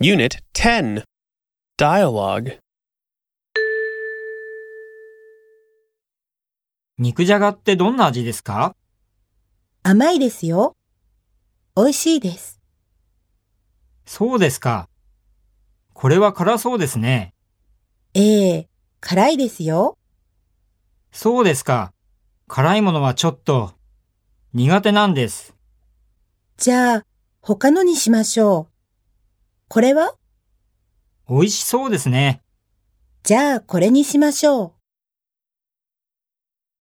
Unit 10 Dialogue 肉じゃがってどんな味ですか甘いですよ。美味しいです。そうですか。これは辛そうですね。ええ辛いですよ。そうですか。辛いものはちょっと苦手なんです。じゃあ、他のにしましょう。これは美味しそうですね。じゃあ、これにしましょう。